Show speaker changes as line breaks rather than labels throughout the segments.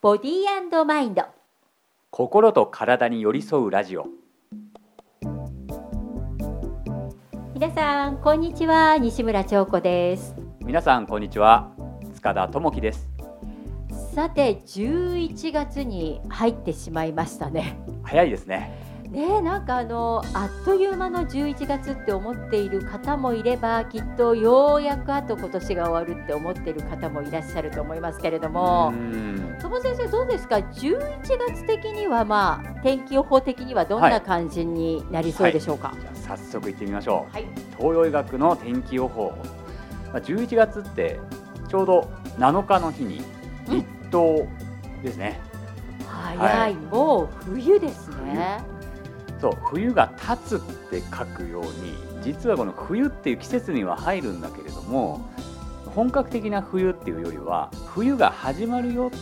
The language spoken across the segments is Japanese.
ボディーマインド
心と体に寄り添うラジオ
皆さんこんにちは西村彫子です
皆さんこんにちは塚田智樹です
さて11月に入ってしまいましたね
早いですね
ねえなんかあのあっという間の11月って思っている方もいればきっとようやくあと今年が終わるって思っている方もいらっしゃると思いますけれども
ん
友先生どうですか11月的にはまあ天気予報的にはどんな感じになりそうでしょうか、
じゃあ早速行ってみましょう
はい、
東洋医学の天気予報まあ11月ってちょうど7日の日に立冬ですね、
早い、もう冬ですね。
そう冬が立つって書くように実はこの冬っていう季節には入るんだけれども本格的な冬っていうよりは冬が始まるよ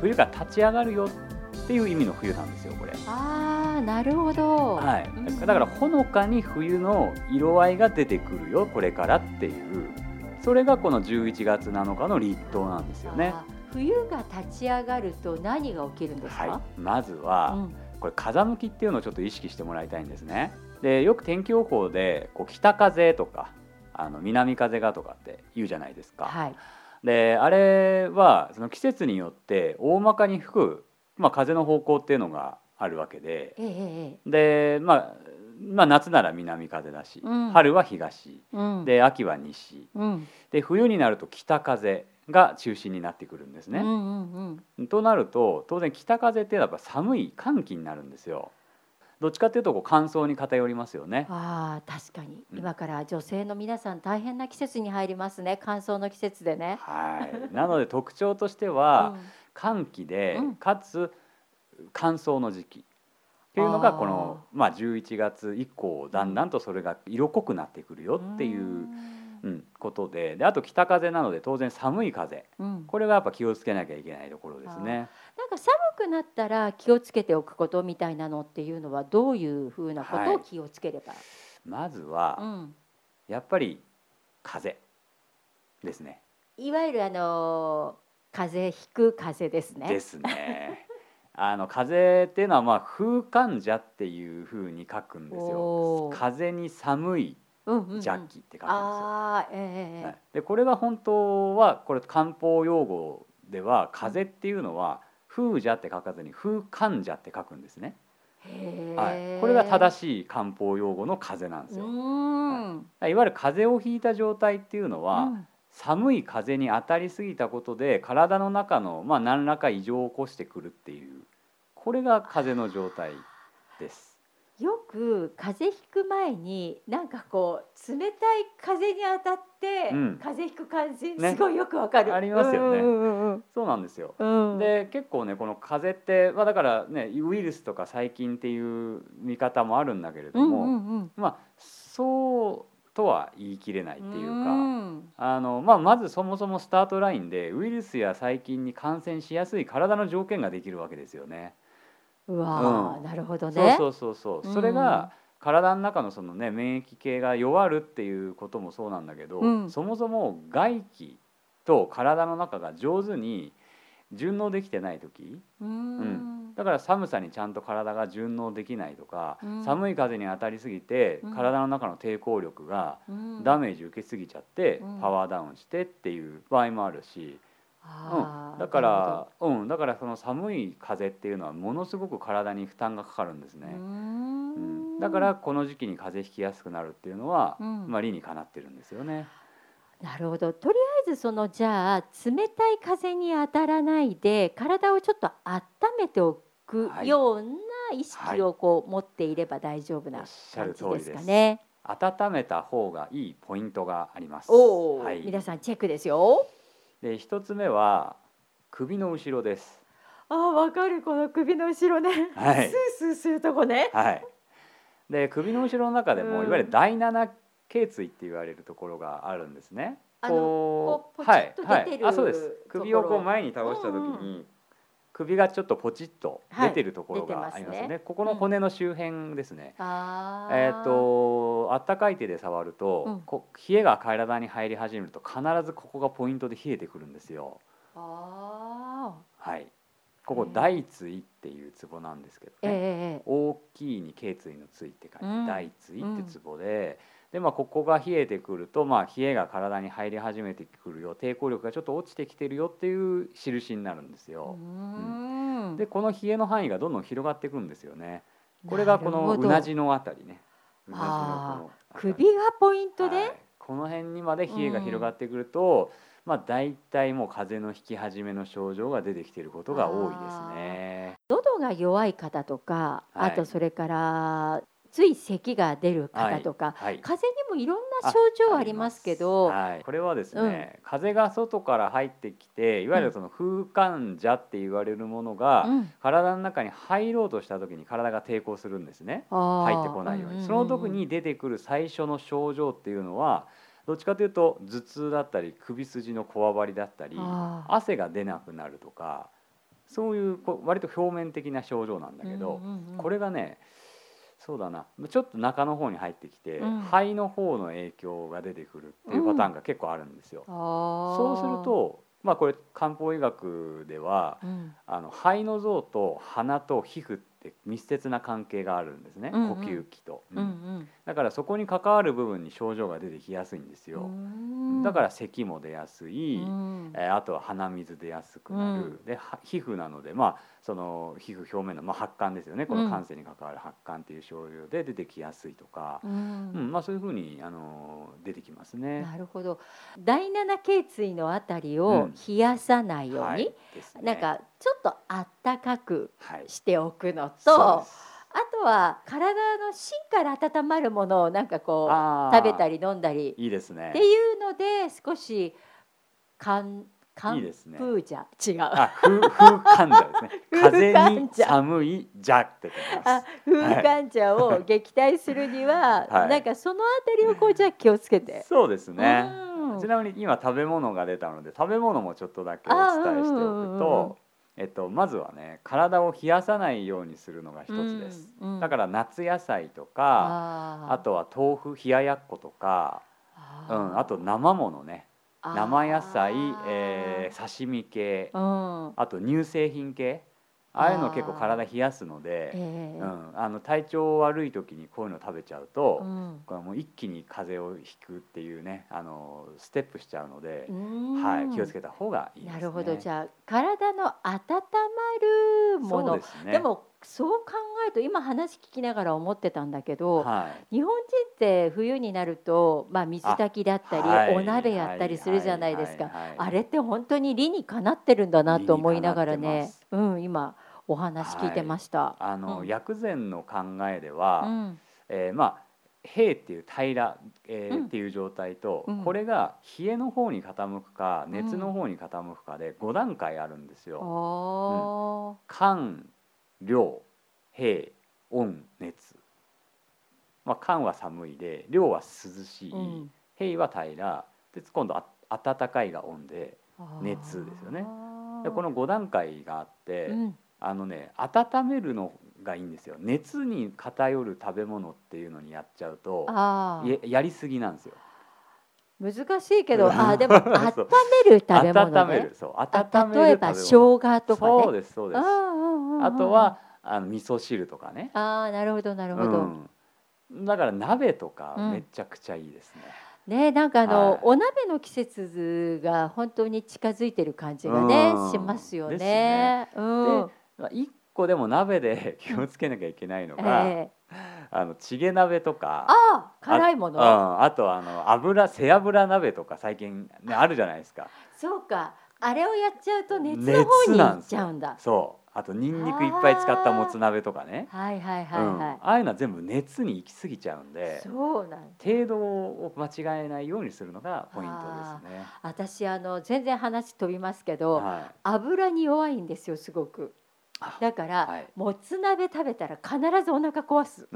冬が立ち上がるよっていう意味の冬なんですよこれ。
ああ、なるほど。
はい
うん、
だからほのかに冬の色合いが出てくるよこれからっていうそれがこの11月7日の立冬なんですよね。
あー冬が立ち上がると何が起きるんですか？
はい、まず
う
は
ん
これ風向きっていうのをちょっと意識してもらいたいんですね。でよく天気予報でこう北風とかあの南風がとかって言うじゃないですか。
はい。
であれはその季節によって大まかに吹く、まあ、風の方向っていうのがあるわけで
ええええ。
で、まあ、まあ夏なら南風だし、
うん
春は東
うん。
で秋は西
うん。
で冬になると北風が中心になってくるんです
うんう
ね。
んうん。
となると当然北風っていうのはやっぱ寒い寒気になるんですよ。どっちかっていうとこう乾燥に偏りますよね。
ああ、確かに。
うん
今から女性の皆さん大変な季節に入りますね。乾燥の季節でね。
はい、なので特徴とし て
う
は
ん
寒気で
うん
かつ乾燥の時期っていうのが
あー
このまあ11月以降だんだんとそれが色濃くなってくるよっていうう、
ん
うん、ことでであと北風なので当然寒い風
うん。
これがやっぱ気をつけなきゃいけないところですね。
なんか寒くなったら気をつけておくことみたいなのっていうのはどういうふうなことを気をつければ、
まずは、
うん、
やっぱり風ですね。
いわゆるあのー風邪ひく風邪ですね。
ですね。あの風っていうのはまあ風寒邪っていう風に書くんですよ
お。ー
風に寒い
うんうんうん、
邪気って書くんですよ。
ああえええ
は
え
いでこれが本当はこれ漢方用語では風っていうのは風邪って書かずに風寒邪って書くんですね。
へ
はい。これが正
し
しい漢方用語の風なんです
う
よ。
ーん、
いわゆる風邪をひいた状態っていうのは、
うん
寒い風に当たりすぎたことで体の中の、まあ、何らか異常を起こしてくるっていうこれが風邪の状態です。
よく風邪ひく前になんかこう冷たい風に当たって、
うん
風邪ひく感じ、
ね
すごいよくわかる
ありますよね
うんうんうん
そうなんですよ
うんうん、
で結構ねこの風邪って、まあ、だからねウイルスとか細菌っていう見方もあるんだけれど
うん
も、
うんうん、
まあそうとは言い切れないっていうか。
うん
あのまあ、まずそもそもスタートラインでウイルスや細菌に感染しやすい体の条件ができるわけですよね。
うわー、
うん
なるほどね。
そうそうそうそううんそれが体の中のそのね免疫系が弱るっていうこともそうなんだけど、
うん
そもそも外気と体の中が上手に順応できてない時
うーん
だから寒さにちゃんと体が順応できないとか、
うん
寒い風に当たりすぎて
うん
体の中の抵抗力が
うん
ダメージ受けすぎちゃって、
うん
パワーダウンしてっていう場合もあるし、
あー
うん、だか
なるほど
ら、うん、だからその寒い風邪っていうのはものすごく体に負担がかかるんですね。
うー
うんんだから、この時期に風邪ひきやすくなるっていうのは、
うん
まあ理にかなってるんですよね。
なるほどとりあえずそのじゃあ冷たい風に当たらないで体をちょっと温めておく
はい
ような意識をこう、持っていれば大丈夫
お
な
っしゃ
感
る
じ
通り
です
で
か
す。
ね。
温めた方がいいポイントがあります。
おお、
はい、
皆さんチェックですよ。
で一つ目は首の後ろです。
あーわかるこの首の後ろね、
はい
スースーするとこね。
はい。で首の後ろの中でも、
うん
いわゆる第七頸椎って言われるところがあるんですね。
あのこ
こ
うポチ
は
ッ
い
と
は
出て
い
る
あそうです。首を
とこ
こう
ろ
前に倒した時に、
うん
首がちょっとポチッと出てるとこ
は
ろが
い
あ
出て
りま
ますす
よ
ね
ね。ここの骨の周辺ですね。
あー
えー、とあったかい手で触ると、
うん
こ冷えが体に入り始めると必ずここがポイントで冷えてくるんですよ。
あー
はい、ここ大椎っていうツボなんですけどね、
ええ
大きいに頸椎の椎って書いて、
うん
大椎ってツボで、でまあここが冷えてくるとまあ冷えが体に入り始めてくるよ抵抗力がちょっと落ちてきてるよっていう印になるんです
う
よ。
ーん
でこの冷えの範囲がどんどん広がっていくんですよね。これがこ
な
の
るほ
う
ど
なじのあたりね。うなじの
あ
このあたり
首がポイントで、
はいこの辺にまで冷えが広がってくると、まあ大体もう風邪の引き始めの症状が出てきていることが多いですね。
喉が弱い方とか、
は
あ
い
とそれからつい咳が出る方とか、
はい。
風邪にもいろんな症状ありますけど、
はい、これはですね、風が外から入ってきていわゆるその風患者って言われるものが、
うん
体の中に入ろうとした時に体が抵抗するんですね
あー
入ってこないように、その時に出てくる最初の症状っていうのはどっちかというと頭痛だったり首筋のこわばりだったり
あー
汗が出なくなるとかそういうこう割と表面的な症状なんだけど、
うんうんうん
これがねそうだなちょっと中の方に入ってきて、
うん
肺の方の影響が出てくるっていうパターンが結構あるんですよ。そうする、とまあこれ漢方医学では
あーうん
あの肺の像と鼻と皮膚って密接な関係があるんですね、
うんうん
呼吸器と、
うんうん、
だからそこに関わる部分に症状が出てきやすいんですよ、だからら咳も出やすい、
うん
えーあとは鼻水出やすくなる、
う
では皮膚なので、まあ、その皮膚表面の、まあ、発汗ですよねこ
う
の
ん
感性に関わる発汗っていう症状で出てきやすいとか、
う
うん
ん
まあ、そういうふうに、あのー出てきますね。
なるほど第七頸椎のあたり
う
を
ん
冷やさないように、
はいですね
なんかちょっとあったかく
はい
しておくの
そう
と
です
あとは体の芯から温まるものをなんかこう
あー
食べたり飲んだり
いいです
っ
ね
ていうので少し寒
いい
寒
ですね
風じゃ違う
あ 風風患者ですね
風
風
患
に
者
寒いじゃって書きま
あ
す
風患者を撃退するには、
はい
なんかそのあたりをこうじゃあ気をつけて。
そうですね
うん
ちなみに今食べ物が出たので食べ物もちょっとだけお伝えして
あうんうんう
おく
んうん
と、えっと、まずはね体を冷やさないようにするのが一つです、。
うん
だから夏野菜とか
あ
あとは豆腐冷ややっことかあ,、うん、あと生ものね生野菜、えー刺身系
ーうん
あと乳製品系ああいうの結構体冷やすの
えー
で、うん、あの体調悪い時にこういうの食べちゃうと、
うん
これはもう一気に風邪をひくっていうねあのステップしちゃうので
う、ん
はい、気をつけた方がいいです、ね。
なるほどじ
ゃ
ゃあ体の温まるもの
そう
で,、
ですね。
もそう考えると今話聞きながら思ってたんだけど、
はい、
日本人って冬になると、まあ、水炊きだったり、
はい
お鍋やったりするじゃないですか、
はいはいはい
あれって本当に理にかなってるんだなと思いながら
理にかなって
ね
ま、
うん、今お話聞いてました。
あの、
うん
薬膳の考えで
う
は、
ん
えーまあ平っていう平ら、えー
うん
っていう状態と、
うん
これが冷えの方に傾くか熱の方に傾くかで5段階あるんですよ。
お
寒、涼、平、温、熱。まあ寒は寒いで、涼は涼しい。
ーうん
平は平らで今度あ暖かいが温で熱ですよねでこの5段階があって、
うん
あのね温めるのがいいんですよ熱に偏る食べ物っていうのにやっちゃうと
あー
ややりすぎなんですよ
難しいけど、
うん
あーでも温
そう
める食べ物
温め
ね
るそう
あ
温める
例えば生姜とかね
そうですそうです
あ
あとはあの味噌汁とかね
ああーなるほどなるほど、
うん、だから鍋とか
うん
めちゃくちゃいいですね、
ねなんかあの、
はい
お鍋の季節が本当に近づいてる感じがね、
うん
しますよね。
ですね
うん。
まあ一個でも鍋で 気をつけなきゃいけないの
え
が、
え
あのチゲ鍋とか
ああ辛いも
う
の。
ん、あとあの油背脂鍋とか最近、ね、あるじゃないですか
そうかあれをやっちゃうと熱の方に行っちゃうんだ。
そうあとニンニクいっぱい使ったもつ鍋とかね
はいはいはい
うんあ
は
あいうのは全部熱に行き過ぎちゃうん
い。
で
そうなん
程度を間違えないようにするのがポイントですね。
私あの全然話飛びますけど、
はい、
油に弱いんですよすごく。
あ
だから、
はい
もつ鍋食べたら必ずお腹壊す。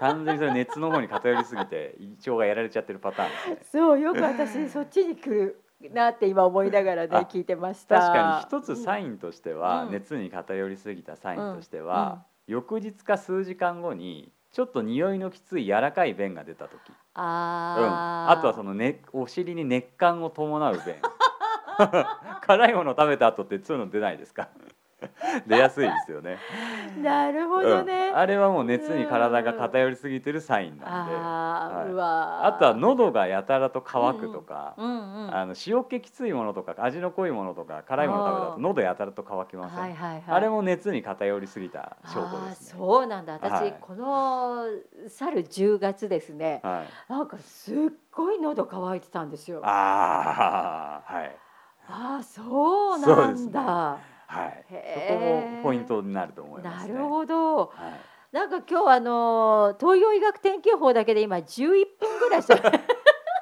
完全にそれ熱の方に偏りすぎて胃腸がやられちゃってるパターンですね。
そうよく私そっちに来るなって今思いながらね
あ
聞いてました。
確かに一つサインとしては、
うん
熱に偏りすぎたサインとしては、翌日か数時間後にちょっと匂いのきつい柔らかい便が出た時、うん、
あー、
あとはその、ね、お尻に熱感を伴う便 辛いもの食べた後ってそういうの出ないですか 出やすいですよね
なるほどね。
うん、あれはもう熱に体が偏りすぎてるサインなんであ
あ
は
あ、
いう
わー。
とは喉がやたらと乾くとか、
うんうん。
あの塩気きついものとか味の濃いものとか辛いもの食べた
あ
と
ー
喉やたらと乾きません、
はいはいはい。
あれも熱に偏りすぎた証拠
あ
で
あ
すね
そうなんだ。私、
はい
この去る10月ですね。
はい、
なんかすっごい喉乾いてたんですよ。あ
ああはい
あ、そうなんだ。
はい
へ
そこ
ー
もポイントになると思いま
な
すね
るほど。
はい
なんか今日あのー東洋医学天気予報だけで今11分ぐらいしか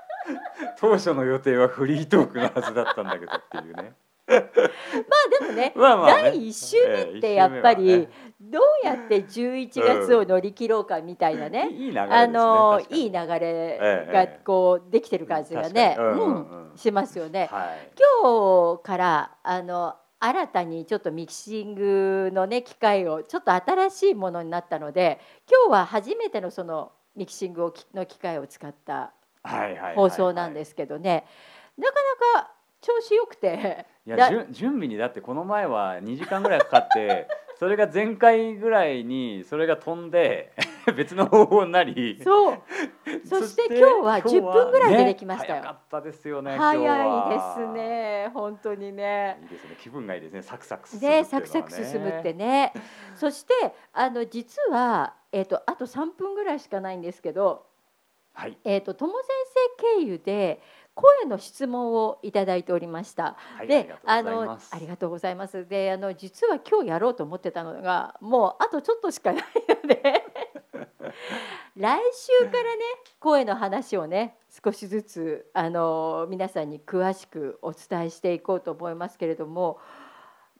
当初の予定はフリートークのはずだったんだけどってい うね
でもね。
まあまあ、ね、
第1週目ってやっぱり、
ええ一周
どうやって11月を乗り切ろうかみたいな
目は
ね
ね、いい流れですね
あの
確かに
いい流れ
え
が
え
こうできてる感じがね、
確かにうんうんうん
うんしますよね。
はい
今日からあの新たにちょっとミキシングのね機会をちょっと新しいものになったので、今日は初めてのそのミキシングをきの機会を使った
はいはいはいはい
放送なんですけどね、なかなか調子よくて、
いや
だ
じゅん準備にだってこの前は2時間ぐらいかかって それが前回ぐらいにそれが飛んで 別の方法になり
そうそして今日は10分ぐらいでできましたよ
ね、早かったですよね
早
今日は
で
い
すね、本当にね。
いいですね気分がいいですねサクサク進むっていうの
で
はね
サクサク進むってね。そしてあの実はえっ、とあと3分ぐらいしかないんですけど、
はい
えっ、と友先生経由で声の質問をいただいておりました。
はい
で、
ありがとうござい
の
ます
ありがとうございます。で、あの実は今日やろうと思ってたのがもうあとちょっとしかないので、来週からね声の話をね少しずつあの皆さんに詳しくお伝えしていこうと思いますけれども。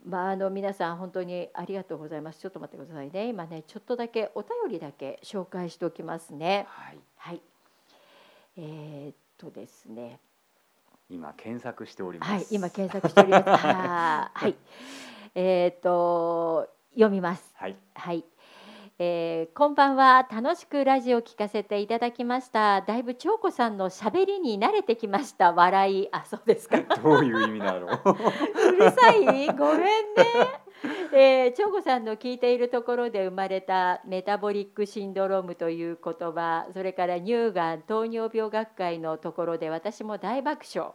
まあ、あの皆さん本当にありがとうございます。ちょっと待ってくださいね。今ねちょっとだけお便りだけ紹介しておきますね。
はい
はい。えーっとですね。
今検索しております
はい、今検索しております。あーはい、えっ、と読みます。
はい
はい。えー、こんばんは楽しくラジオ聞かせていただきましただいぶ長子さんのしゃべりに慣れてきました笑いあそうです かう
どういう意味 なの
るさいごめんね、えー、長子さんの聞いているところで生まれたメタボリックシンドロームという言葉それから乳がん糖尿病学会のところで私も大爆笑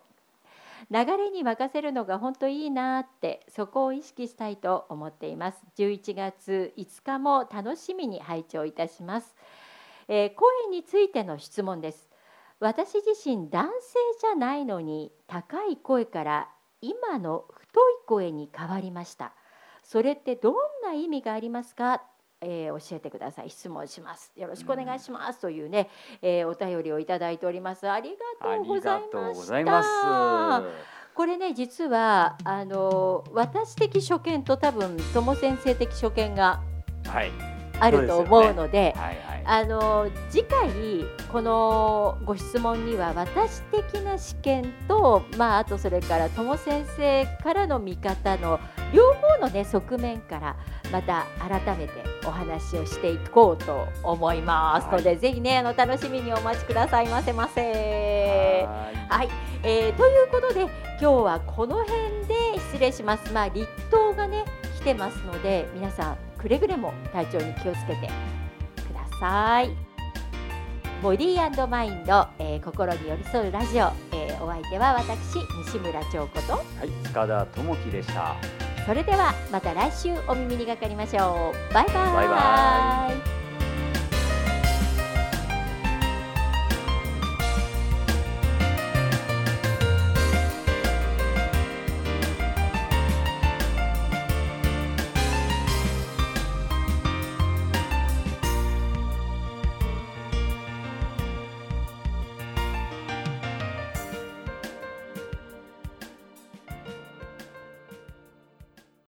流れに任せるのが本当いいなってそこを意識したいと思っています11月5日も楽しみに拝聴いたします、えー、声についての質問です私自身男性じゃないのに高い声から今の太い声に変わりましたそれってどんな意味がありますか、えー、教えてください質問しますよろしくお願いします、というね、えー、お便りをいただいておりますありが
あ
とうご
り
ざ
が
いました
とうございます
これね実はあの私的所見と多分友先生的所見が
はい
あると思うので
はいはい
あの次回このご質問には私的な試験と、まあ、あとそれから友先生からの見方の両方の、ね、側面からまた改めてお話をしていこうと思いますので、ぜひねあの楽しみにお待ちくださいませませ。
はい
はい、えーということで今日はこの辺で失礼します。まあ立冬がね来てますので皆さんくれぐれも体調に気をつけてください。ボディーマインド、えー心に寄り添うラジオ、えーお相手は私西村京子と
はい、塚田智樹でした。
それではまた来週お耳にかかりましょう。バイバ
バイバ
イ